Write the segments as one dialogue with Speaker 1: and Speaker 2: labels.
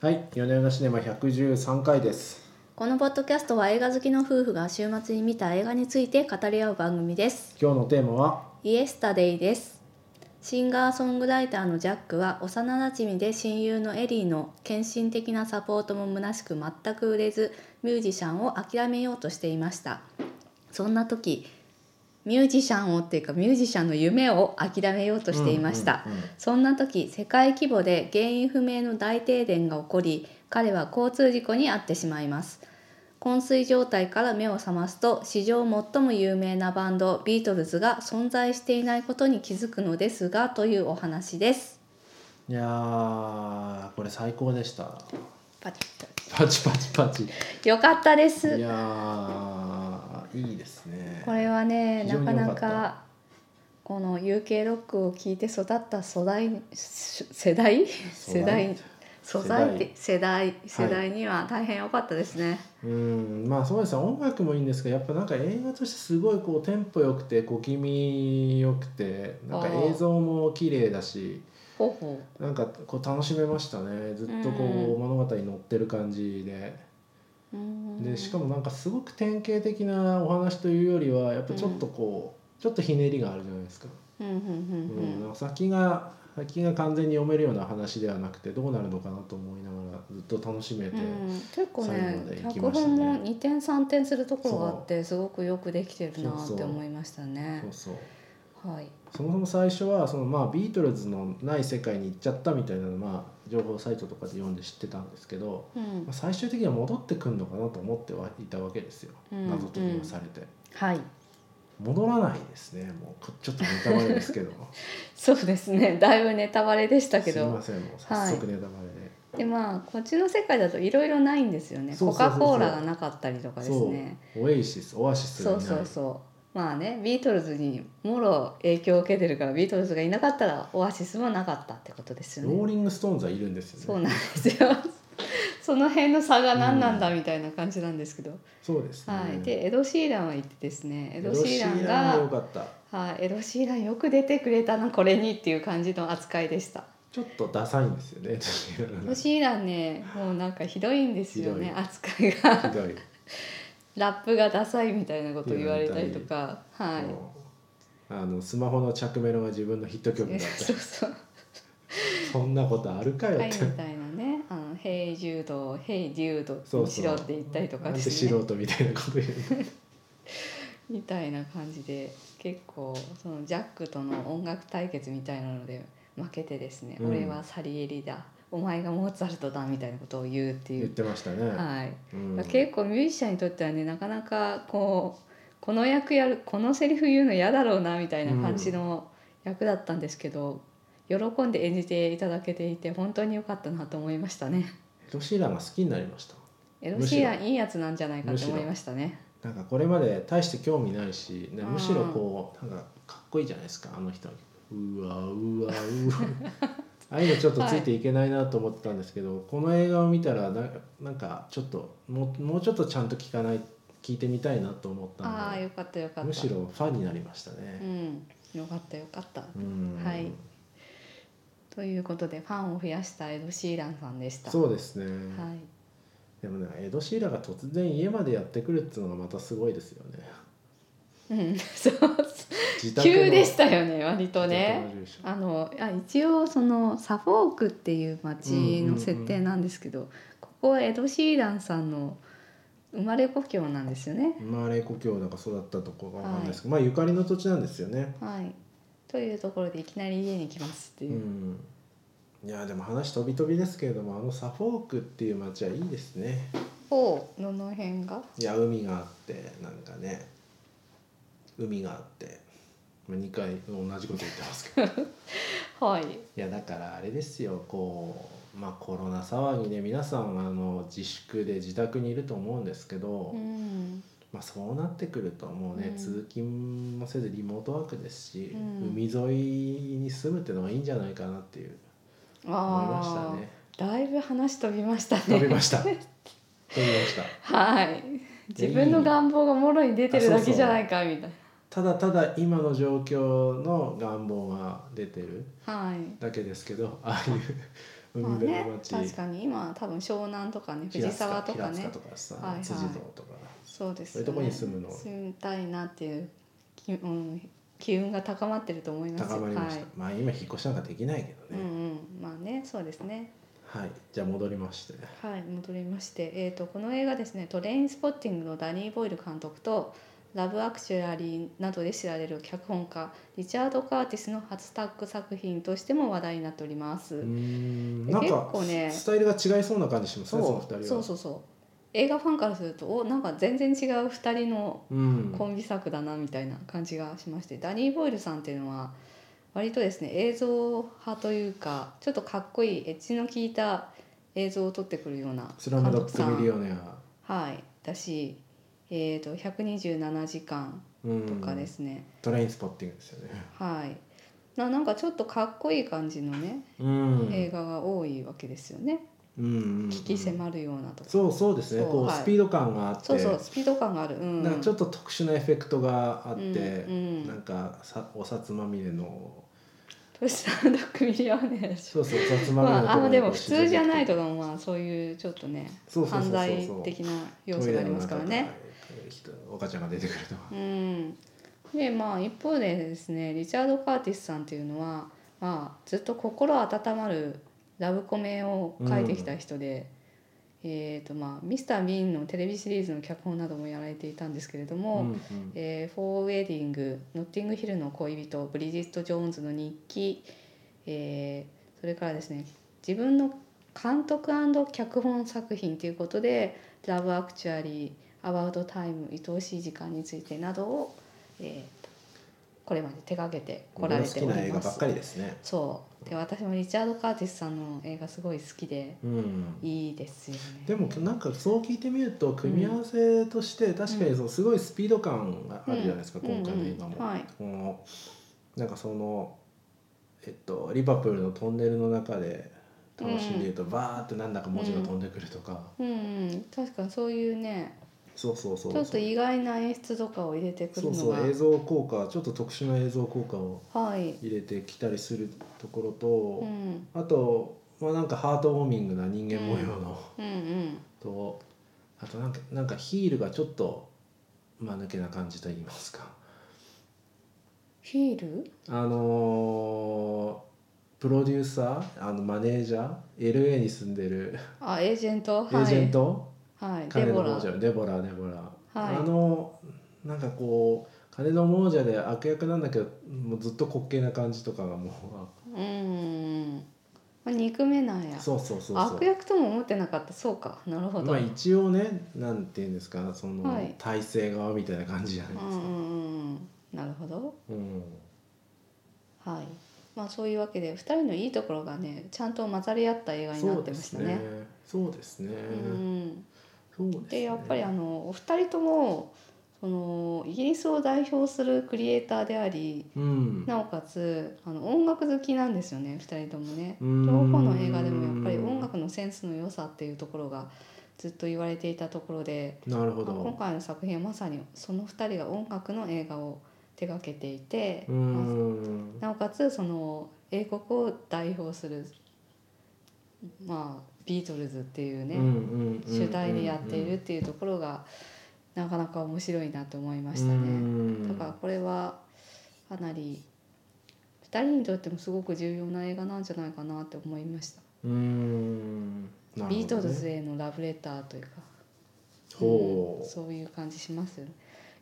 Speaker 1: はい、夜な夜なシネマ113回です。
Speaker 2: このポッドキャストは映画好きの夫婦が週末に見た映画について語り合う番組です
Speaker 1: 今日のテーマは、
Speaker 2: イエスタデイですシンガーソングライターのジャックは幼馴染で親友のエリーの献身的なサポートも虚しく全く売れずミュージシャンを諦めようとしていましたそんな時ミュージシャンをっていうかミュージシャンの夢を諦めようとしていました、
Speaker 1: うんうんうん
Speaker 2: そんな時世界規模で原因不明の大停電が起こり彼は交通事故に遭ってしまいます昏睡状態から目を覚ますと史上最も有名なバンドビートルズが存在していないことに気づくのですがというお話です。
Speaker 1: いやー、これ最高でした。
Speaker 2: パチ
Speaker 1: パチパチパチ。い
Speaker 2: ッよかったです。
Speaker 1: やー、いいですね。
Speaker 2: これはね
Speaker 1: 非常
Speaker 2: な
Speaker 1: に
Speaker 2: か
Speaker 1: 良かった
Speaker 2: なかこの UK ロックを聞いて育った世代世代世代素材って世代世代には大変良かったですね。
Speaker 1: うん、まあそうですね。音楽もいいんですけど、やっぱなんか映画としてすごいこうテンポ良くて小気味良くて、なんか
Speaker 2: あー
Speaker 1: 映像も綺麗だし。
Speaker 2: ほうほう
Speaker 1: なんかこう楽しめましたねずっとこう、
Speaker 2: うん
Speaker 1: 物語に乗ってる感じででしかもなんかすごく典型的なお話というよりはやっぱちょっとこう、ちょっとひねりがあるじゃないですか,、
Speaker 2: うんうん
Speaker 1: うん
Speaker 2: うんうん
Speaker 1: なんか先が先が完全に読めるような話ではなくてどうなるのかなと思いながらずっと楽しめて、
Speaker 2: うん、結構
Speaker 1: 最
Speaker 2: ね
Speaker 1: 後まで行き
Speaker 2: 脚
Speaker 1: ました
Speaker 2: 本
Speaker 1: ね
Speaker 2: も2点3点するところがあってすごくよくできてるなっ
Speaker 1: そう
Speaker 2: て
Speaker 1: そう
Speaker 2: 思いましたね
Speaker 1: そう。そう
Speaker 2: はい、
Speaker 1: そもそも最初はそのまあビートルズのない世界に行っちゃったみたいなのまあ情報サイトとかで読んで知ってたんですけど、
Speaker 2: うん
Speaker 1: まあ、最終的には戻ってくるのかなと思ってはいたわけですよ、
Speaker 2: うん
Speaker 1: 謎解きをされて。
Speaker 2: はい、
Speaker 1: 戻らないですねもうこちょっとネタバレですけど
Speaker 2: そうですね だいぶネタバレでしたけ
Speaker 1: すい
Speaker 2: ど
Speaker 1: ませんもう早速ネタバレで、
Speaker 2: でまあこっちの世界だといろいろないんですよね
Speaker 1: そう
Speaker 2: コ
Speaker 1: そうそう
Speaker 2: カ・
Speaker 1: そう
Speaker 2: コーラがなかったりとかですね。
Speaker 1: そうオエシスオアシス
Speaker 2: そうそうそうまあねビートルズにもろ影響を受けてるからビートルズがいなかったらオアシスもなかったってことですよね。
Speaker 1: ローリング・ストーンズはいるんですよね
Speaker 2: そうなんですよ。その辺の差が何なんだみたいな感じなんですけど、
Speaker 1: そうですね、
Speaker 2: はい。でエドシーランは言ってですね、エドシーラン
Speaker 1: エドシーランも良
Speaker 2: が
Speaker 1: かった
Speaker 2: はいエドシーランよく出てくれたなこれにっていう感じの扱いでした。
Speaker 1: ちょっとダサいんですよねエドシーラ
Speaker 2: エ
Speaker 1: ン
Speaker 2: ドシーランねもうなんかひどいんですよ
Speaker 1: ひ
Speaker 2: ね
Speaker 1: どい
Speaker 2: 扱いが
Speaker 1: ひどい
Speaker 2: ラップがダサいみたいなこと言われたりとかはい。
Speaker 1: もうあのスマホの着メロが自分のヒット曲だっ た
Speaker 2: そうそう。
Speaker 1: そんなことあるかよ
Speaker 2: はい
Speaker 1: って、
Speaker 2: みたいなね、あのヘイ柔道、ヘイ柔道
Speaker 1: そう
Speaker 2: に
Speaker 1: そ
Speaker 2: し
Speaker 1: う
Speaker 2: ろって言ったりと
Speaker 1: な
Speaker 2: か
Speaker 1: ん
Speaker 2: で
Speaker 1: て
Speaker 2: すね。
Speaker 1: 素人みたいなこと言う
Speaker 2: みたいな感じで結構そのジャックとの音楽対決みたいなので負けてですね「
Speaker 1: うん
Speaker 2: 俺はサリエリだお前がモーツァルトだ」みたいなことを言うってい
Speaker 1: 言っ
Speaker 2: う、
Speaker 1: てましたね、
Speaker 2: はい
Speaker 1: うん、
Speaker 2: 結構ミュージシャンにとってはねなかなかこうこの役やるこのセリフ言うの嫌だろうなみたいな感じの役だったんですけど、喜んで演じていただけていて本当に良かったなと思いましたね。
Speaker 1: エドシーランが好きになりました
Speaker 2: エロ
Speaker 1: むし
Speaker 2: シ
Speaker 1: ろ
Speaker 2: ーランいいやつなんじゃないかと思いましたね。
Speaker 1: なんかこれまで大して興味ないし、ね、
Speaker 2: うん
Speaker 1: むしろこうなんかかっこいいじゃないですかあの人うわう わうわああいうのちょっとついていけないなと思ってたんですけど、この映画を見たらななんかちょっともうもうちょっとちゃんと聞かない聞いてみたいなと思った
Speaker 2: ああ
Speaker 1: ので
Speaker 2: ーよかったよかった。
Speaker 1: むしろファンになりました
Speaker 2: う
Speaker 1: ね。
Speaker 2: ん、よかったよかった。
Speaker 1: うん
Speaker 2: はいということでファンを増やしたエド・シーランさんでした。
Speaker 1: そうですね、
Speaker 2: はい、
Speaker 1: でもねエド・シーラが突然家までやってくるっていうのがまたすごいですよね
Speaker 2: うん、 そう
Speaker 1: 自宅の
Speaker 2: 急でしたよね割と
Speaker 1: 自
Speaker 2: ね。
Speaker 1: 宅の住所
Speaker 2: あのあ一応そのサフォークっていう町の設定なんですけど、ここはエド・シーランさんの生まれ故郷なんですよね。
Speaker 1: 生まれ故郷だか育ったとこがわかんないですけど、まあゆかりの土地なんですよね。
Speaker 2: はい、というところでいきなり家に来ますって
Speaker 1: う
Speaker 2: いう。
Speaker 1: ん、いやでも話飛び飛びですけれどもあのサフォークっていう町はいいですね。
Speaker 2: ほうどの辺が
Speaker 1: いや海があってなんかね海があって、まあ、2回同じこと言ってます けどい
Speaker 2: はい。
Speaker 1: やだからあれですよこう、まあ、コロナ騒ぎで皆さんあの自粛で自宅にいると思うんですけど、
Speaker 2: うん
Speaker 1: まあ、そうなってくるともうね、
Speaker 2: うん
Speaker 1: 通勤もせずリモートワークですし、
Speaker 2: うん
Speaker 1: 海沿いに住むってのがいいんじゃないかなっていう思いました
Speaker 2: あ
Speaker 1: ね。
Speaker 2: あ、だいぶ話飛びましたね。
Speaker 1: 飛びま した飛びました
Speaker 2: はい。自分の願望がもろに出てるだけじゃないかみたい
Speaker 1: ただただ今の状況の願望が出てる
Speaker 2: な。はい。
Speaker 1: だけですけどああいう海
Speaker 2: まあ
Speaker 1: 辺の
Speaker 2: ね
Speaker 1: 街、
Speaker 2: 確かに今多分湘南とかね
Speaker 1: 平
Speaker 2: 藤
Speaker 1: 塚
Speaker 2: 沢とかね
Speaker 1: 平塚とかさ、
Speaker 2: はいはい
Speaker 1: 辻堂とか
Speaker 2: そうです
Speaker 1: そういうとこに住むの
Speaker 2: 住みたいなっていう気,、うん、気運が高まってると思います
Speaker 1: 高まりました、
Speaker 2: はい
Speaker 1: まあ今引っ越しなんかできないけ
Speaker 2: う
Speaker 1: ど
Speaker 2: ん
Speaker 1: ね、
Speaker 2: うん、まあねそうですね
Speaker 1: はいじゃあ戻りまして
Speaker 2: はい戻りまして、えー、とこの映画ですね「トレインスポッティング」のダニー・ボイル監督と「ラブ・アクチュアリー」などで知られる脚本家リチャード・カーティスの初タッグ作品としても話題になっております、
Speaker 1: うーん
Speaker 2: え
Speaker 1: なん
Speaker 2: 結
Speaker 1: か
Speaker 2: 構ね
Speaker 1: スタイルが違いそうな感じします
Speaker 2: そ
Speaker 1: ねそうの二人は
Speaker 2: そうそうそう映画ファンからするとおなんか全然違う2人の
Speaker 1: うん
Speaker 2: コンビ作だなみたいな感じがしまして、ダニー・ボイルさんっていうのは割とですね映像派というかちょっとかっこいいエッジの効いた映像を撮ってくるような
Speaker 1: スラムダックミリ
Speaker 2: ん、
Speaker 1: オネア
Speaker 2: はい、だし、えー、と127時間
Speaker 1: うん
Speaker 2: とかですね、
Speaker 1: トレインスポッティングですよ ね
Speaker 2: はいななんかちょっとかっこいい感じのね、
Speaker 1: うん
Speaker 2: 映画が多いわけですよね
Speaker 1: うん
Speaker 2: 聞き迫るようなとか、
Speaker 1: そうそうですね
Speaker 2: そう
Speaker 1: こう
Speaker 2: はい
Speaker 1: スピード感があって
Speaker 2: そうそうスピード感がある、うん、
Speaker 1: なんかちょっと特殊なエフェクトがあって、
Speaker 2: うんうん
Speaker 1: なんかさお札まみれの
Speaker 2: トシさんの組み合わね
Speaker 1: そうそうお札まみれのと
Speaker 2: まあ、
Speaker 1: こ
Speaker 2: あ
Speaker 1: ろ
Speaker 2: の
Speaker 1: に
Speaker 2: で
Speaker 1: こう
Speaker 2: も普通じゃないと
Speaker 1: 沈んで
Speaker 2: かもまあそういうちょっとね
Speaker 1: そうそうそうそう
Speaker 2: 犯罪的な
Speaker 1: く
Speaker 2: 要素がありますからね。
Speaker 1: トイレの中とか人お母ちゃんが出てくるとか
Speaker 2: うん、でまあ一方でですねリチャード・カーティスさんっていうのは、まあ、ずっと心温まるラブコメを書いてきた人で、えーとまあ、ミスター・ビーンのテレビシリーズの脚本などもやられていたんですけれども、
Speaker 1: うんうん
Speaker 2: えーフォーウェディング」「ノッティングヒルの恋人」「ブリジット・ジョーンズの日記」えーそれからですね自分の監督脚本作品ということで「ラブ・アクチュアリー」「アバウト・タイム」「愛おしい時間」についてなどを、えーこれまで手掛けてこられてお
Speaker 1: 僕の好きな
Speaker 2: り
Speaker 1: 映
Speaker 2: ま
Speaker 1: 画
Speaker 2: す
Speaker 1: ばっかりですね
Speaker 2: そうで私もリチャード・カーティスさんの映画すごい好きで
Speaker 1: うん
Speaker 2: いいですよね
Speaker 1: でもなんかそう聞いてみると組み合わせとして確かにそうすごいスピード感があるじゃないですか、
Speaker 2: うん
Speaker 1: 今回の映画も。
Speaker 2: うんうんはい
Speaker 1: このなんかそのえっとリバプールのトンネルの中で楽しんでいると、バーってなんだか文字が飛んでくるとか、
Speaker 2: うんうん、確かそういうね
Speaker 1: そうそうそう
Speaker 2: ちょっと意外な演出とかを入れてく
Speaker 1: そ
Speaker 2: る
Speaker 1: う
Speaker 2: の
Speaker 1: そ
Speaker 2: が
Speaker 1: う映像効果ちょっと特殊な映像効果を
Speaker 2: はい、
Speaker 1: 入れてきたりするところと、
Speaker 2: うん、うん
Speaker 1: あと、まあ、なんかハートウォーミングな人間模様の。
Speaker 2: うん
Speaker 1: とあとなんかなんかヒールがちょっと間抜けな感じと言いますか
Speaker 2: ヒール
Speaker 1: あのープロデューサーあのマネージャー LA に住んでる
Speaker 2: あエージェント
Speaker 1: エージェント、
Speaker 2: はい、はい、デ
Speaker 1: 金の
Speaker 2: ボラ
Speaker 1: 亡者デボラデボラ、
Speaker 2: はい
Speaker 1: あのなんかこう金の亡者で悪役なんだけどもうずっと滑稽な感じとかがもう
Speaker 2: うんうん、まあ、憎めないや
Speaker 1: あそうそうそうそう
Speaker 2: 悪役とも思ってなかったそうかなるほど、
Speaker 1: まあ一応ねなんていうんですかその、
Speaker 2: はい
Speaker 1: 体制側みたいな感じじゃないで
Speaker 2: う
Speaker 1: す
Speaker 2: んう
Speaker 1: か。
Speaker 2: んうんなるほど
Speaker 1: うん
Speaker 2: はいまあそういうわけで2人のいいところがねちゃんと混ざり合った映画になってましたね
Speaker 1: そうですね。
Speaker 2: うんうん
Speaker 1: そうですね。そうですね
Speaker 2: でやっぱりあのお二人ともそのイギリスを代表するクリエイターであり
Speaker 1: うん、
Speaker 2: なおかつあの音楽好きなんですよね2人ともね
Speaker 1: う
Speaker 2: 両
Speaker 1: ん
Speaker 2: 方の映画でもやっぱり音楽のセンスの良さっていうところがずっと言われていたところで、
Speaker 1: なるほ
Speaker 2: まあ今
Speaker 1: ど。
Speaker 2: 回の作品はまさにその2人が音楽の映画を手掛けていて、
Speaker 1: う
Speaker 2: ま
Speaker 1: ん
Speaker 2: あ、なおかつその英国を代表する、まあ、ビートルズっていうね、
Speaker 1: ね
Speaker 2: 主題でやっているっていうところがなかなか面白いなと思いましたね。だからこれはかなり2人にとってもすごく重要な映画なんじゃないかなって思いました、
Speaker 1: うん、なるほどね
Speaker 2: ビートルズへのラブレターというか
Speaker 1: ほ
Speaker 2: う
Speaker 1: う。
Speaker 2: んそういう感じしますよね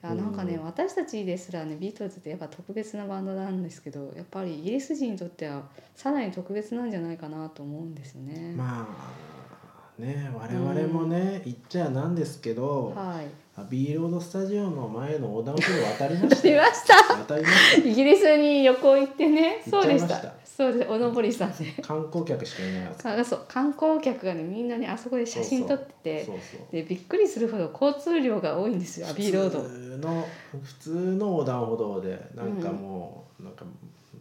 Speaker 2: い
Speaker 1: うん
Speaker 2: やなんかね、私たちですらねビートルズってやっぱ特別なバンドなんですけどやっぱりイギリス人にとってはさらに特別なんじゃないかなと思うんですよね。
Speaker 1: まあね我々もね言っちゃなんですけど、
Speaker 2: はい、
Speaker 1: あビーロードスタジオの前の横断歩道渡りま した
Speaker 2: 出
Speaker 1: よ
Speaker 2: ま。した
Speaker 1: 渡りまし
Speaker 2: イギリスに旅行行ってね
Speaker 1: 行
Speaker 2: そ
Speaker 1: っ
Speaker 2: う
Speaker 1: ちゃい
Speaker 2: で
Speaker 1: まし
Speaker 2: したたそうですおのぼりさんで
Speaker 1: た。観光客しかいないやつ。
Speaker 2: かそう観光客がねみんなねあそこで写真撮ってて
Speaker 1: そうそう。
Speaker 2: でびっくりするほど交通量が多いんですよアビーロ
Speaker 1: 普
Speaker 2: ード。
Speaker 1: 通の普通の横断歩道でなんかもう、なんか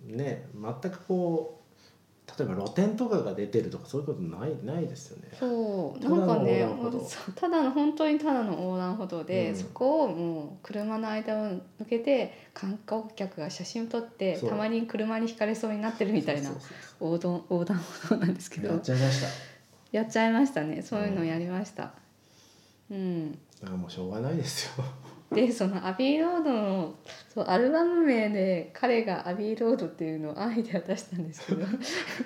Speaker 1: ね全くこう例えば露店とかが出てるとかそういうことないないですよね。
Speaker 2: そう
Speaker 1: た
Speaker 2: な
Speaker 1: だの
Speaker 2: んかね
Speaker 1: 横断歩道
Speaker 2: そうただの本当にただの横断歩道で、
Speaker 1: うん
Speaker 2: そこをもう車の間を抜けて観光客が写真を撮って
Speaker 1: そう
Speaker 2: たまに車にひかれそうになってるみたいな
Speaker 1: そうそう
Speaker 2: 横断横断歩道なんですけ
Speaker 1: そうやっ
Speaker 2: ど
Speaker 1: ちゃいました。
Speaker 2: やっちゃいましたねそういうのやりました。うん
Speaker 1: だからもうしょうがないですよ。
Speaker 2: でそのアビーロードのそうアルバム名で彼がアビーロードっていうのをアイデア出したんです けど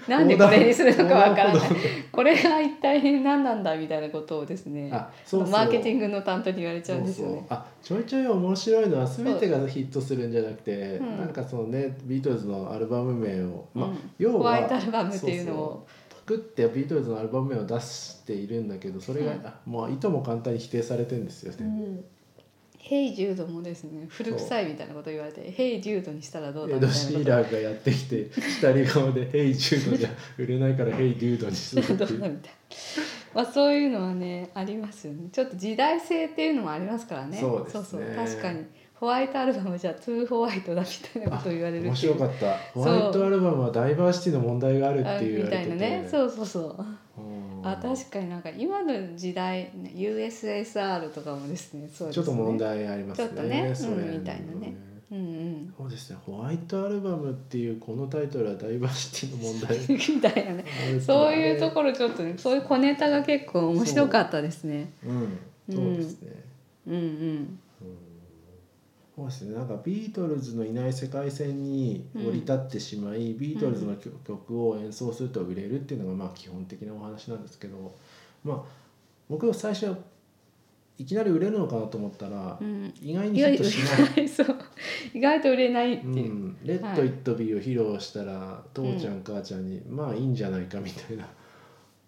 Speaker 2: なんでこれにするのかわからない
Speaker 1: 横断
Speaker 2: これが一体何なんだみたいなことをですね
Speaker 1: 歩道。あ、そうそう。
Speaker 2: マーケティン
Speaker 1: グ
Speaker 2: グの担当に言われちゃうんですよね。
Speaker 1: あちょいちょい面白いのは全てがヒットするんじゃなくて、
Speaker 2: うん
Speaker 1: なんかそのねビートルズのアルバム名を、まあ
Speaker 2: うん
Speaker 1: 要
Speaker 2: ホ
Speaker 1: は
Speaker 2: ワイトアルバムっていうの
Speaker 1: そそ
Speaker 2: を
Speaker 1: 作ってビートルズのアルバム名を出しているんだけどそれが、
Speaker 2: うん
Speaker 1: あもういとも簡単に否定されてるんですよね。
Speaker 2: うんヘイジュードもですね古臭いみたいなこと言われてヘイジュードにしたらどうだ
Speaker 1: エ
Speaker 2: み
Speaker 1: ド・
Speaker 2: た
Speaker 1: シ
Speaker 2: い
Speaker 1: ー
Speaker 2: なこ
Speaker 1: ラーがやってきて二人顔で「 ヘイ・ジュード」じゃ売れないから「ヘイ・デュード」にする
Speaker 2: と
Speaker 1: って
Speaker 2: ど
Speaker 1: いうう
Speaker 2: だみたいなまあそういうのはねありますよねちょっと時代性っていうのもありますからね
Speaker 1: そうですね
Speaker 2: そうそう確かにホワイトアルバムじゃトゥーホワイトだみたいなことを言われるっていう
Speaker 1: 面白かったホワイトアルバムはダイバーシティの問題があるって言わ
Speaker 2: みた
Speaker 1: れて
Speaker 2: い
Speaker 1: て
Speaker 2: なねそうそうそう
Speaker 1: うん
Speaker 2: あ確かになんか今の時代 USSR とかもですねそうです
Speaker 1: ちょ
Speaker 2: ね
Speaker 1: っと問題ありますね
Speaker 2: ちょっとね
Speaker 1: そういうの
Speaker 2: うんみたいなねうんうん
Speaker 1: そうですねホワイトアルバムっていうこのタイトルはダイバーシティの問題
Speaker 2: みたいなね そういうところちょっとねそういう小ネタが結構面白かったですね
Speaker 1: ろうんそうですね、
Speaker 2: うんうん
Speaker 1: そうですね、なんかビートルズのいない世界線に降り立ってしまい、ビートルズの曲曲を演奏すると売れるっていうのがまあ基本的なお話なんですけど、まあ、僕は最初いきなり売れるのかなと思ったら、
Speaker 2: うん
Speaker 1: 意外に
Speaker 2: 意
Speaker 1: ヒ
Speaker 2: 外
Speaker 1: ットしない。
Speaker 2: と売れないそう意外と売れないって
Speaker 1: う
Speaker 2: いう、
Speaker 1: ん、レッド・イット・ビーを披露したら、父ちゃん母ちゃんに「まあいいんじゃないか」みたいな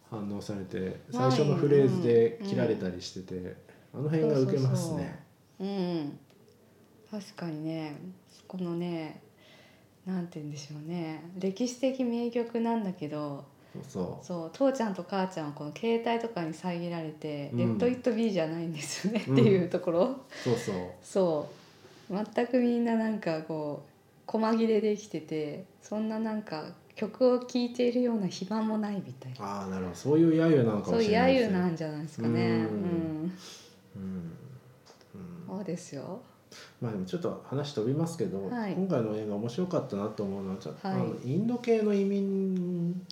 Speaker 1: 反応されて最
Speaker 2: まあ
Speaker 1: 初のフレーズで切られたりしてて、あの辺が受けますね。
Speaker 2: うんうん確かにねこのねなんて言うんでしょうね歴史的名曲なんだけど
Speaker 1: そうそう
Speaker 2: そう父ちゃんと母ちゃんはこの携帯とかに遮られて「
Speaker 1: うん
Speaker 2: レッド・イット・ビー」じゃないんですよね、っていうところ。
Speaker 1: そうそう
Speaker 2: そう全くみんななんかこう細切れで生きててそんななんか曲を聴いているような暇もないみたいな
Speaker 1: ああなるほどそういう揶揄なのか
Speaker 2: そう
Speaker 1: も
Speaker 2: いう
Speaker 1: しれない
Speaker 2: 揶
Speaker 1: です
Speaker 2: 揄
Speaker 1: ね。
Speaker 2: なんじゃないですか
Speaker 1: う
Speaker 2: ねう
Speaker 1: う
Speaker 2: んん
Speaker 1: んうん
Speaker 2: そうですよ
Speaker 1: まあでもちょっと話飛びますけど、
Speaker 2: はい
Speaker 1: 今回の映画面白かったなと思うのはちょっと、
Speaker 2: はい
Speaker 1: あのインド系の移民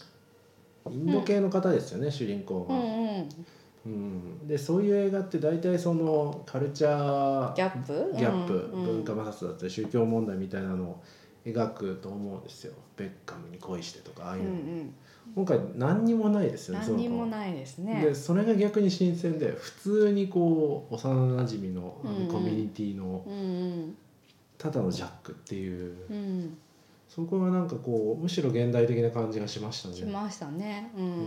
Speaker 1: インド系の方ですよね、主人公
Speaker 2: う
Speaker 1: が、
Speaker 2: んうん
Speaker 1: うんでそういう映画って大体そのカルチャー
Speaker 2: ギャップ
Speaker 1: ギャップ、
Speaker 2: うんう
Speaker 1: 文
Speaker 2: ん
Speaker 1: 化摩擦だったり宗教問題みたいなのを描くと思うんですよベッカムに恋してとかああ
Speaker 2: う
Speaker 1: い
Speaker 2: ん
Speaker 1: う
Speaker 2: う
Speaker 1: の、
Speaker 2: ん
Speaker 1: 今回何にもないですよね
Speaker 2: 何にも
Speaker 1: い
Speaker 2: ないです
Speaker 1: で
Speaker 2: ね
Speaker 1: それが逆に新鮮で普通にこう幼なじみのあの
Speaker 2: うんうん
Speaker 1: コミュニティの
Speaker 2: うんうん
Speaker 1: ただのジャックっていう、
Speaker 2: うん
Speaker 1: そこがなんかこうむしろ現代的な感じがしましたね。
Speaker 2: しましたねうん
Speaker 1: う
Speaker 2: うん
Speaker 1: ん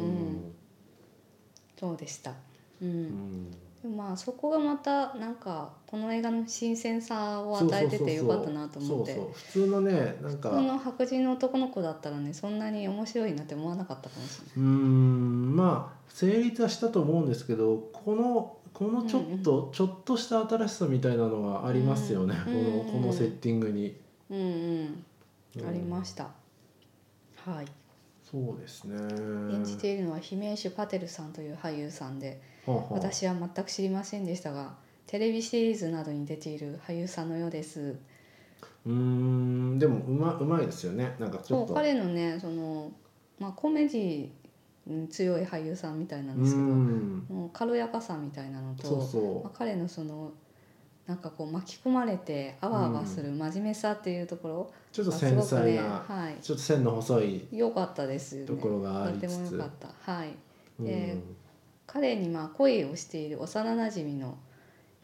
Speaker 2: そうでしたう
Speaker 1: うんん
Speaker 2: でもまあそこがまたなんかこの映画の新鮮さを与えててよかったなと思って
Speaker 1: そうそう普通のねなんか
Speaker 2: この白人の男の子だったらねそんなに面白いなって思わなかったかもしれな
Speaker 1: うーんまあ成立はしたと思うんですけどこのこのちょっと、ちょっとした新しさみたいなのがありますよね、
Speaker 2: うん
Speaker 1: こ
Speaker 2: うん
Speaker 1: のこのセッティングに。
Speaker 2: いうんう
Speaker 1: うんん
Speaker 2: ありましたはい
Speaker 1: そうですね。
Speaker 2: 演じているのはヒメーシュ・パテルさんという俳優さんで
Speaker 1: はあはあ
Speaker 2: 私は全く知りませんでしたがテレビシリーズなどに出ている俳優さんのようです
Speaker 1: うーんでもうまうまいですよねなんかち
Speaker 2: そ
Speaker 1: ょっ
Speaker 2: う
Speaker 1: と
Speaker 2: 彼のねその、まあ、コメディに強い俳優さんみたいなんですけど
Speaker 1: ん
Speaker 2: もう軽やかさみたいなのと
Speaker 1: そう
Speaker 2: ま
Speaker 1: そ
Speaker 2: あ、彼のそのなんかこう巻き込まれてあわあわする真面目さっていうところ
Speaker 1: うちょっと
Speaker 2: がす
Speaker 1: 繊
Speaker 2: ごく
Speaker 1: 細
Speaker 2: ね、
Speaker 1: な、
Speaker 2: は
Speaker 1: ちょっと線の細い
Speaker 2: い、良かったですよね。
Speaker 1: ところがあ
Speaker 2: と
Speaker 1: り
Speaker 2: て
Speaker 1: つ
Speaker 2: も良
Speaker 1: つ、
Speaker 2: かった。はい。
Speaker 1: うん
Speaker 2: で彼にまあ恋をしている幼なじみの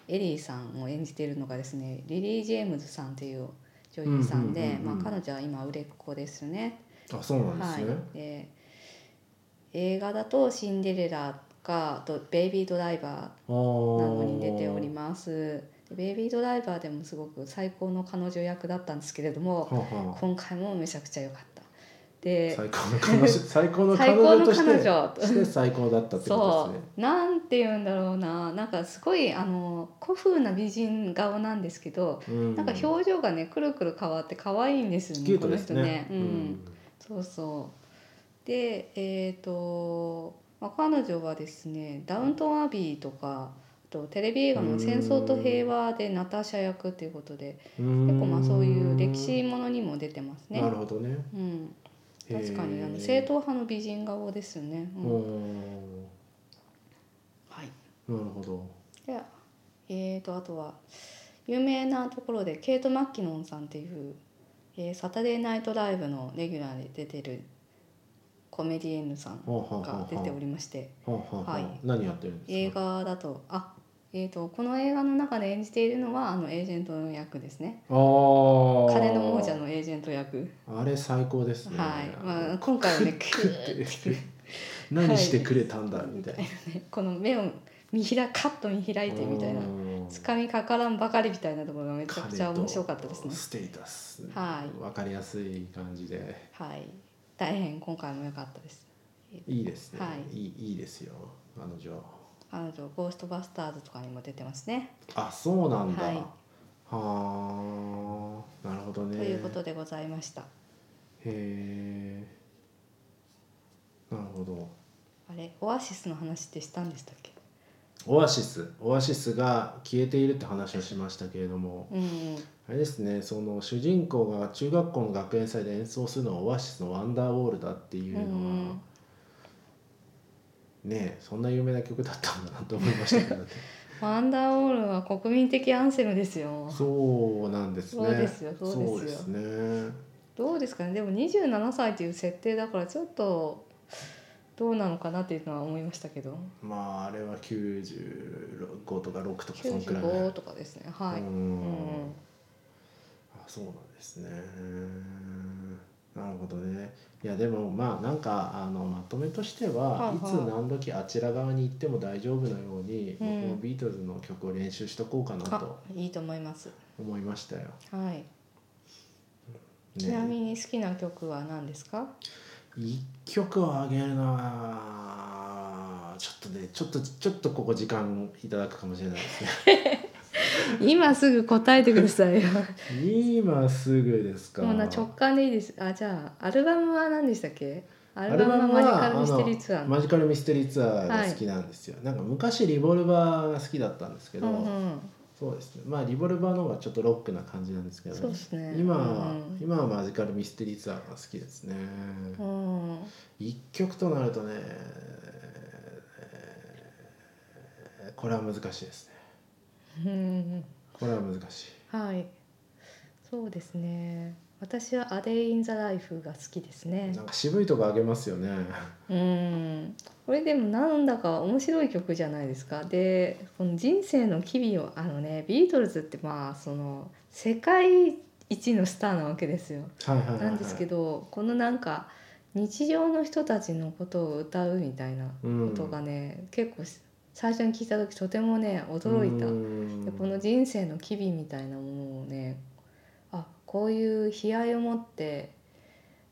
Speaker 2: エリーさんを演じているのがですね、リリー・ジェームズさんっていう女優さん
Speaker 1: うんうん
Speaker 2: で
Speaker 1: う、ん
Speaker 2: ま
Speaker 1: うん
Speaker 2: あ彼女は今売れっ子ですね。
Speaker 1: あそうなんです
Speaker 2: はい
Speaker 1: ね、。
Speaker 2: で、映画だとシンデレラかあとベイビードライバー
Speaker 1: あー
Speaker 2: などに出ております。でベイビードライバーでもすごく最高の彼女役だったんですけれど
Speaker 1: は
Speaker 2: も、
Speaker 1: あはあ
Speaker 2: 今回もめちゃくちゃ良かった。で、
Speaker 1: 最高の彼 女最高の
Speaker 2: 最
Speaker 1: 彼
Speaker 2: 高
Speaker 1: 女と
Speaker 2: の
Speaker 1: し
Speaker 2: 彼
Speaker 1: て
Speaker 2: 女と
Speaker 1: して最高だったってこと
Speaker 2: そ
Speaker 1: ですね
Speaker 2: う、なんて言うんだろうな、なんかすごいあの古風な美人顔なんですけど、
Speaker 1: うん
Speaker 2: なんか表情がねくるくる変わって可愛いんですよ
Speaker 1: キュー
Speaker 2: ね、
Speaker 1: ト
Speaker 2: こ
Speaker 1: で
Speaker 2: の
Speaker 1: す
Speaker 2: 人
Speaker 1: ね
Speaker 2: ね。う、
Speaker 1: うんん
Speaker 2: そうそう。でえーと、まあ、彼女はですね「ダウントン・アビー」とかあとテレビ映画の「戦争と平和」でナターシャ役ということで
Speaker 1: 結
Speaker 2: 結構まあそういう歴史ものにも出てますね
Speaker 1: な。るほどね
Speaker 2: うん、確かにあの正
Speaker 1: 生徒
Speaker 2: 統派の美人顔ですよね。うん
Speaker 1: うん
Speaker 2: はい、
Speaker 1: なるほど
Speaker 2: でえー、とあとは有名なところでケイト・マッキノンさんっていう、えーサタデー・ナイト・ライブのレギュラーで出てるコメディエンヌさん
Speaker 1: はあはあはあ
Speaker 2: が出ておりまして
Speaker 1: はあはあはあ
Speaker 2: はい
Speaker 1: 何やってるんですか
Speaker 2: 映画だとあえー、とこの映画の中で演じているのはあのエージェントの役ですね
Speaker 1: あー
Speaker 2: 金の亡者のエージェント役
Speaker 1: あれ最高ですね
Speaker 2: はい、まあ、今回 はねクーッていう
Speaker 1: 何してくれたんだ、みたいな
Speaker 2: ねこの目を見開カッと見開いてみたいな
Speaker 1: うん
Speaker 2: つかみかからんばかりみたいなところがめちゃくちゃ
Speaker 1: 彼と
Speaker 2: 面白かったですね
Speaker 1: ステータス
Speaker 2: は
Speaker 1: わかりやすい感じで
Speaker 2: はい大変今回も良かったです
Speaker 1: いいですね、、
Speaker 2: はい
Speaker 1: いいいですよ彼女
Speaker 2: 彼女ゴーストバスターズとかにも出てますね、
Speaker 1: あそうなんだ
Speaker 2: はい
Speaker 1: はあ、なるほどね
Speaker 2: ということでございました
Speaker 1: へえなるほど
Speaker 2: あれオアシスの話ってしたんでしたっけ
Speaker 1: オアシスオアシスが消えているって話をしましたけれども
Speaker 2: うんうん
Speaker 1: あれですねその主人公が中学校の学園祭で演奏するのはオアシスの「ワンダーウォール」だっていうのは、
Speaker 2: うん
Speaker 1: ねえそんな有名な曲だったんだなと思いましたけど ね
Speaker 2: ワンダーオールは国民的アンセムですよ
Speaker 1: そうなんですね
Speaker 2: そうですよそうですよ
Speaker 1: そうですね
Speaker 2: どうですかねでも27歳という設定だからちょっとどうなのかなっていうのは思いましたけど
Speaker 1: まああれは95とか6とかそんくらい
Speaker 2: 95とかですねはい、
Speaker 1: う
Speaker 2: うん
Speaker 1: んあそうなんですねなるほどねいやでもまあなんかあのまとめとしては、
Speaker 2: はい
Speaker 1: い
Speaker 2: はい
Speaker 1: つ何時あちら側に行っても大丈夫のように、
Speaker 2: うん
Speaker 1: 僕もビートルズの曲を練習しとこうかな
Speaker 2: あ
Speaker 1: と
Speaker 2: いいと思います、
Speaker 1: 思いましたよ。
Speaker 2: はいちなみに好きな曲は何です か
Speaker 1: 一曲をあげるのはちょっとねちょっとちょっとここ時間いただくかもしれない ですね。
Speaker 2: 今すぐ答えてくださ いよ
Speaker 1: 今すぐですか。
Speaker 2: もうな直感でいいですあじゃあアルバムは何でしたっけア
Speaker 1: ア
Speaker 2: ルバムはマジカルミステリーツアー
Speaker 1: あの
Speaker 2: の
Speaker 1: マジカルミステリーツアーが好きなんですよ、なんか昔リボルバーが好きだったんですけど、
Speaker 2: うんうん、
Speaker 1: そうですねまあリボルバーの方がちょっとロックな感じなんですけど、
Speaker 2: そうですね
Speaker 1: 今は、
Speaker 2: うん
Speaker 1: 今はマジカルミステリーツアーが好きですね、
Speaker 2: うん、
Speaker 1: 一曲となるとねえーこれは難しいですね
Speaker 2: うん
Speaker 1: これは難しい
Speaker 2: はいそうですね私は「アデイ・イン・ザ・ライフ」が好きですね
Speaker 1: なんか渋いとこあげますよね
Speaker 2: うんこれでもなんだか面白い曲じゃないですかでこの人生の機微をあのねビートルズってまあその世界一のスターなわけですよ
Speaker 1: はいはいはい、はい、
Speaker 2: なんですけどこのなんか日常の人たちのことを歌うみたいな
Speaker 1: うん、
Speaker 2: ことがね、結構最初に聞いた時とてもね驚いた、
Speaker 1: うん
Speaker 2: でこの人生の機微みたいなものをねあこういう悲哀を持って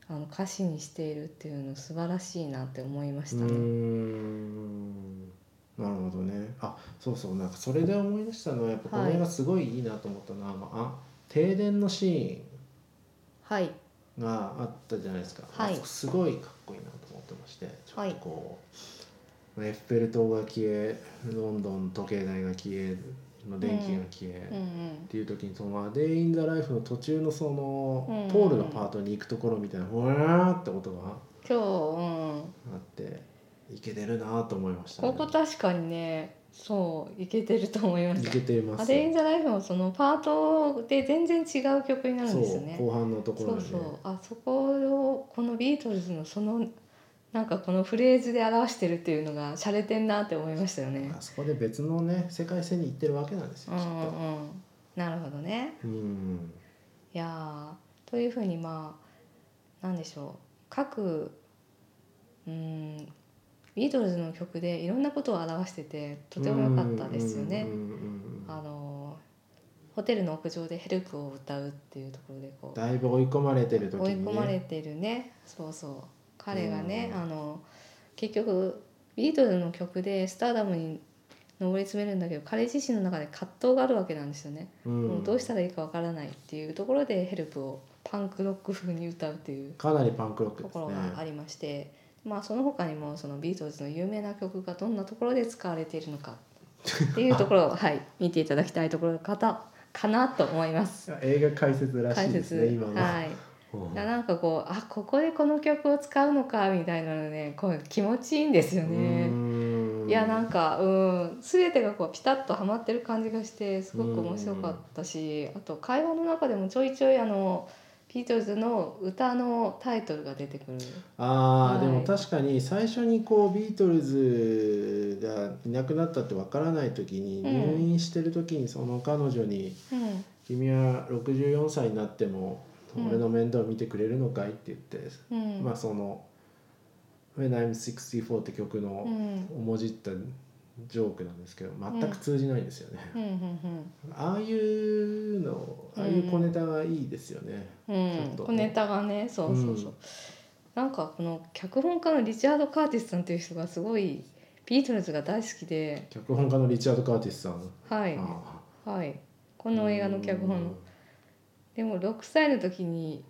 Speaker 2: あの歌詞にしているっていうの素晴らしいなって思いました
Speaker 1: うー
Speaker 2: ね。
Speaker 1: んなるほどねあそうそうなんかそれで思い出したのはやっぱこの映
Speaker 2: は
Speaker 1: 画すごいいいなと思ったのは、あのあ停電のシ
Speaker 2: はい
Speaker 1: ーンがあったじゃないですか、
Speaker 2: はい
Speaker 1: あそこすごいかっこいいなと思ってましてちょ
Speaker 2: は
Speaker 1: っ
Speaker 2: い
Speaker 1: とこう、エッフェル塔が消えロンドン時計台が消えの電気が消え、
Speaker 2: う
Speaker 1: っ
Speaker 2: ん
Speaker 1: ていう時にその「アデイ・イン・ザ・ライフ」の途中のその、
Speaker 2: うん
Speaker 1: ポールのパートに行くところみたいな「うわー」って音が
Speaker 2: 今日、うん、
Speaker 1: あっていけてるなと思いました、
Speaker 2: ここ確かにねそういけてると思いまし
Speaker 1: い
Speaker 2: た
Speaker 1: け。ています
Speaker 2: アレイン・ザ・ライフもそのパートで全然違う曲になるんですよね
Speaker 1: そう。後半のとこ
Speaker 2: そ
Speaker 1: ろ
Speaker 2: う
Speaker 1: で、ね、
Speaker 2: そうあそこをこのビートルズのそのなんかこのフレーズで表してるっていうのが洒落てんなって思いましたよね。
Speaker 1: あそこで別のね世界線に行ってるわけなんです
Speaker 2: う
Speaker 1: よ
Speaker 2: ん
Speaker 1: き
Speaker 2: う
Speaker 1: っ
Speaker 2: んうん、なるほどね。
Speaker 1: とうん
Speaker 2: いやーというふうにまあなんでしょう各うんビートルズの曲でいろんなことを表しててとても良かったですよね
Speaker 1: うん。うんうんう
Speaker 2: あ
Speaker 1: ん
Speaker 2: のホテルの屋上で「ヘルプ」を歌うっていうところでこう
Speaker 1: だいぶ追い込まれてる時
Speaker 2: 追い
Speaker 1: に、ね、
Speaker 2: 込まれてるねそうそう彼がね、
Speaker 1: うん
Speaker 2: あの結局ビートルズの曲でスターダムに上り詰めるんだけど彼自身の中で葛藤があるわけなんですよね、
Speaker 1: うん
Speaker 2: もうどうしたらいいかわからないっていうところで「ヘルプをパンクロック風に歌うっていう
Speaker 1: かなりパンクロック
Speaker 2: と
Speaker 1: です
Speaker 2: ころ
Speaker 1: ね
Speaker 2: がありまして、まあその他にもそのビートルズの有名な曲がどんなところで使われているのかっていうところ をはい見ていただきたいところかたかなと思います。
Speaker 1: 映画解説らしいですね今の、
Speaker 2: はい。
Speaker 1: うん
Speaker 2: だなんかこうあここでこの曲を使うのかみたいなのねこう気持ちいいんですよ
Speaker 1: う
Speaker 2: ね。
Speaker 1: ーん
Speaker 2: いやなんかうん全てがこうピタッとはまってる感じがしてすごく面白かったしあと会話の中でもちょいちょいあのビートルズの歌のタイトルが出てくる。
Speaker 1: あー、
Speaker 2: はい
Speaker 1: でも確かに最初にこうビートルズがいなくなったってわからない時に、
Speaker 2: うん
Speaker 1: 入院してる時にその彼女に
Speaker 2: うん
Speaker 1: 「君は64歳になっても
Speaker 2: うん
Speaker 1: 俺の面倒を見てくれるのかい?」って言って、
Speaker 2: うん
Speaker 1: まあその「When I'm 64」って曲の
Speaker 2: うん
Speaker 1: おもじったジョークなんですけど全く通じないんですよね。
Speaker 2: うんうん
Speaker 1: ああいうのああいう小ネタがいいですよね。
Speaker 2: うん
Speaker 1: ちょっと
Speaker 2: 小ネタがねそうそうそ
Speaker 1: う
Speaker 2: う、
Speaker 1: ん
Speaker 2: なんかこの脚本家のリチャード・カーティスさんという人がすごいビートルズが大好きで
Speaker 1: 脚本家のリチャード・カーティスさん、
Speaker 2: はい
Speaker 1: あ
Speaker 2: はいこ
Speaker 1: こ
Speaker 2: の映画の脚本のでも6歳の時に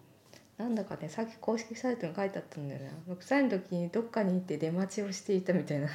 Speaker 2: なんだかねさっき公式サイトに書いてあったんだよな6歳の時にどっかに行って出待ちをしていたみたいな、
Speaker 1: へ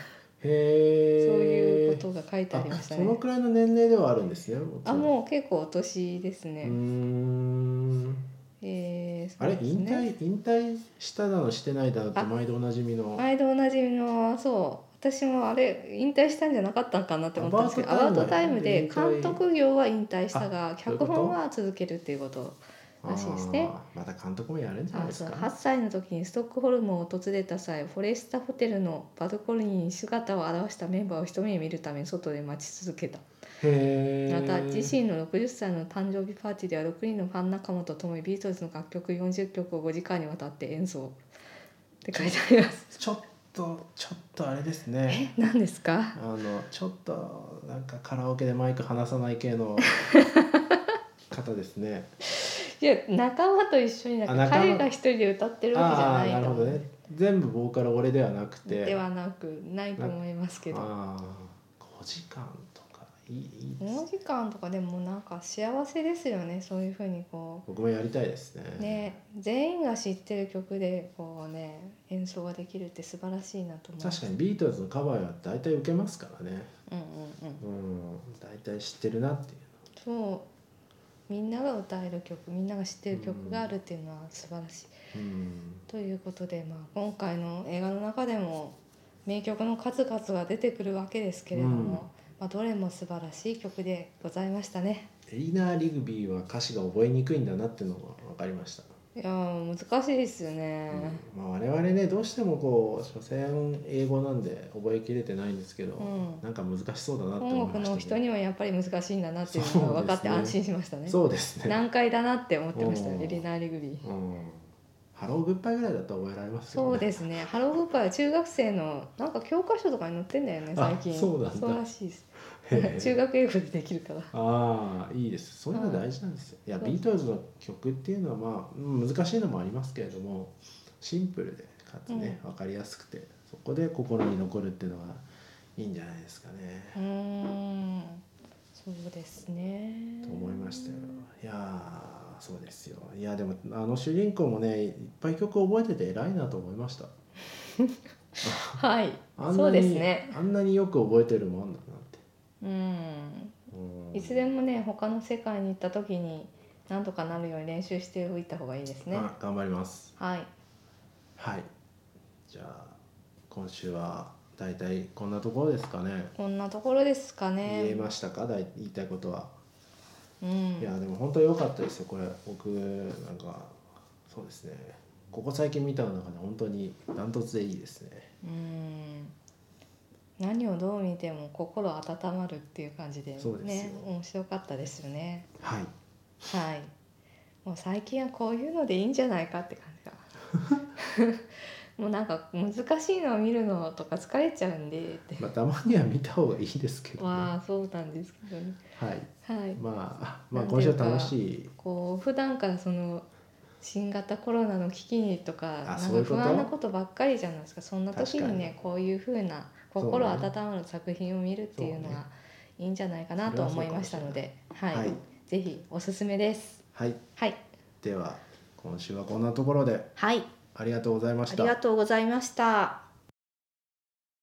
Speaker 1: え
Speaker 2: そういうことが書いてありました
Speaker 1: その
Speaker 2: ね
Speaker 1: くらいの年齢ではあるんですね
Speaker 2: あもう結構お年です
Speaker 1: う
Speaker 2: ね、
Speaker 1: うーん
Speaker 2: えーそ
Speaker 1: あ
Speaker 2: う
Speaker 1: れ
Speaker 2: です
Speaker 1: 引
Speaker 2: ね
Speaker 1: 退引退しただのしてないだのって
Speaker 2: あ
Speaker 1: 毎度おなじみの
Speaker 2: 毎度おなじみのそう私もあれ引退したんじゃなかったのかなって思ったんですけどア
Speaker 1: ア
Speaker 2: バ
Speaker 1: バ
Speaker 2: ウ
Speaker 1: ウ
Speaker 2: ト
Speaker 1: ト
Speaker 2: タ
Speaker 1: タ
Speaker 2: イ
Speaker 1: イ
Speaker 2: ム
Speaker 1: ムで
Speaker 2: で監督業は引退したが
Speaker 1: あそういうこ
Speaker 2: 脚
Speaker 1: と
Speaker 2: 本は続けるっていうことらしいですね
Speaker 1: あーまた監督もやるんじゃない
Speaker 2: あ
Speaker 1: です
Speaker 2: そう
Speaker 1: か
Speaker 2: 8歳の時にストックホルムを訪れた際フォレスタホテルのバルコニーに姿を現したメンバーを一目に見るために外で待ち続けた
Speaker 1: へ
Speaker 2: ま
Speaker 1: え
Speaker 2: た自身の60歳の誕生日パーティーでは6人のファン仲間と共にビートルズの楽曲40曲を5時間にわたって演奏って書いてあります
Speaker 1: ちょっとちょっとあれですね
Speaker 2: 何ですか
Speaker 1: あのちょっとなんかカラオケでマイク離さない系 の方ですね
Speaker 2: いや仲間と一緒になんか
Speaker 1: あ仲間
Speaker 2: 彼が一人で歌ってるわけじゃ
Speaker 1: ああー
Speaker 2: な
Speaker 1: ないる
Speaker 2: と
Speaker 1: ほ
Speaker 2: 思
Speaker 1: ど
Speaker 2: う、
Speaker 1: ね全部ボーカル俺ではなくて
Speaker 2: ではなくないと思いますけど
Speaker 1: ああ5時間とかいいいいです
Speaker 2: この時間とかでもなんか幸せですよねそういうふうにこ
Speaker 1: 僕もやりたいですね
Speaker 2: うね全員が知ってる曲でこうね演奏ができるって素晴らしいなと思う
Speaker 1: 確かにビートルズのカバーは大体受けますからね
Speaker 2: うんうんうん
Speaker 1: うん大体知ってるなっていう
Speaker 2: そうみんなが歌える曲みんなが知ってる曲があるっていうのは素晴らしい、
Speaker 1: うん
Speaker 2: ということで、まあ、今回の映画の中でも名曲の数々が出てくるわけですけれど
Speaker 1: う
Speaker 2: も、
Speaker 1: ん
Speaker 2: まあ、どれも素晴らしい曲でございましたね。
Speaker 1: エリナー・リグビーは歌詞が覚えにくいんだなっていうのが分かりました、
Speaker 2: いやー難しいですよね。
Speaker 1: まあ、我々ねどうしてもこう所詮英語なんで覚えきれてないんですけど、
Speaker 2: うん
Speaker 1: なんか難しそうだなって思い
Speaker 2: 本
Speaker 1: ま
Speaker 2: 国
Speaker 1: した、
Speaker 2: の人にはやっぱり難しいんだなっていうのが分かって
Speaker 1: そう
Speaker 2: 安
Speaker 1: ですね
Speaker 2: 心しましたね。
Speaker 1: そうですね、
Speaker 2: 難解だなって思ってました
Speaker 1: うん
Speaker 2: ね、エリナー・リグビー。
Speaker 1: うん、ハローグッバイぐらいだと覚えられますよね
Speaker 2: そうですね。ハローグッバイは中学生のなんか教科書とかに載ってんだよね最近。
Speaker 1: あそうなんだ
Speaker 2: らしいです。
Speaker 1: へえ
Speaker 2: 中学英語でできるから。
Speaker 1: ああいいですそういうの大事なんですよ、い、や
Speaker 2: そうそう
Speaker 1: ビートルズの曲っていうのはまあうん難しいのもありますけれどもシンプルでかつね、わ分かりやすくてそこで心に残るっていうのはいいんじゃないですかね、
Speaker 2: うーん。そうですね。
Speaker 1: と思いましたよいやーそうですよいやでもあの主人公もねいっぱい曲覚えてて偉いなと思いました
Speaker 2: はい
Speaker 1: あ、ん
Speaker 2: そ
Speaker 1: な
Speaker 2: うで
Speaker 1: に
Speaker 2: すね。
Speaker 1: あんなによく覚えてるもんだなって
Speaker 2: うん、
Speaker 1: うん
Speaker 2: いつでもね、他の世界に行った時に、なんとかなるように練習しておいた方がいいですね。
Speaker 1: あ頑張ります
Speaker 2: はい、
Speaker 1: はいじゃあ今週はだいたいこんなところですかね
Speaker 2: こんなところですか
Speaker 1: 言え
Speaker 2: ね。
Speaker 1: ましたかだい言いたいことは、
Speaker 2: う
Speaker 1: いや
Speaker 2: ん、
Speaker 1: でも本当良かったですよこれ僕なんかそうですねここ最近見たの中で本当にダントツでいいですね
Speaker 2: うん。何をどう見ても心温まるっていう感じでね
Speaker 1: そうですよ
Speaker 2: 面白かったですよね
Speaker 1: はい
Speaker 2: はいもう最近はこういうのでいいんじゃないかって感じが もうなんか難しいのを見るのとか疲れちゃうんでって
Speaker 1: まあたまには見た方がいいですけど、ね、
Speaker 2: ま
Speaker 1: は
Speaker 2: あそうなんですけどね
Speaker 1: い
Speaker 2: はい
Speaker 1: まあま
Speaker 2: な
Speaker 1: あ
Speaker 2: ん
Speaker 1: 今
Speaker 2: てい
Speaker 1: 週
Speaker 2: う
Speaker 1: は
Speaker 2: か
Speaker 1: 楽しい
Speaker 2: こう普段からその新型コロナの危機にとかなんか
Speaker 1: そういうこと
Speaker 2: 不安なことばっかりじゃないですかそんな時に
Speaker 1: 確
Speaker 2: ねこういうふうな心温まる作品を見るっていう
Speaker 1: そ
Speaker 2: の
Speaker 1: う
Speaker 2: は
Speaker 1: ね
Speaker 2: いいんじゃないかなと思いましたので、はい
Speaker 1: はい
Speaker 2: ぜひおすすめです。
Speaker 1: はい
Speaker 2: はい、
Speaker 1: では今週はこんなところで
Speaker 2: はい
Speaker 1: ありがとうございまし
Speaker 2: あ
Speaker 1: た
Speaker 2: りがとうございました。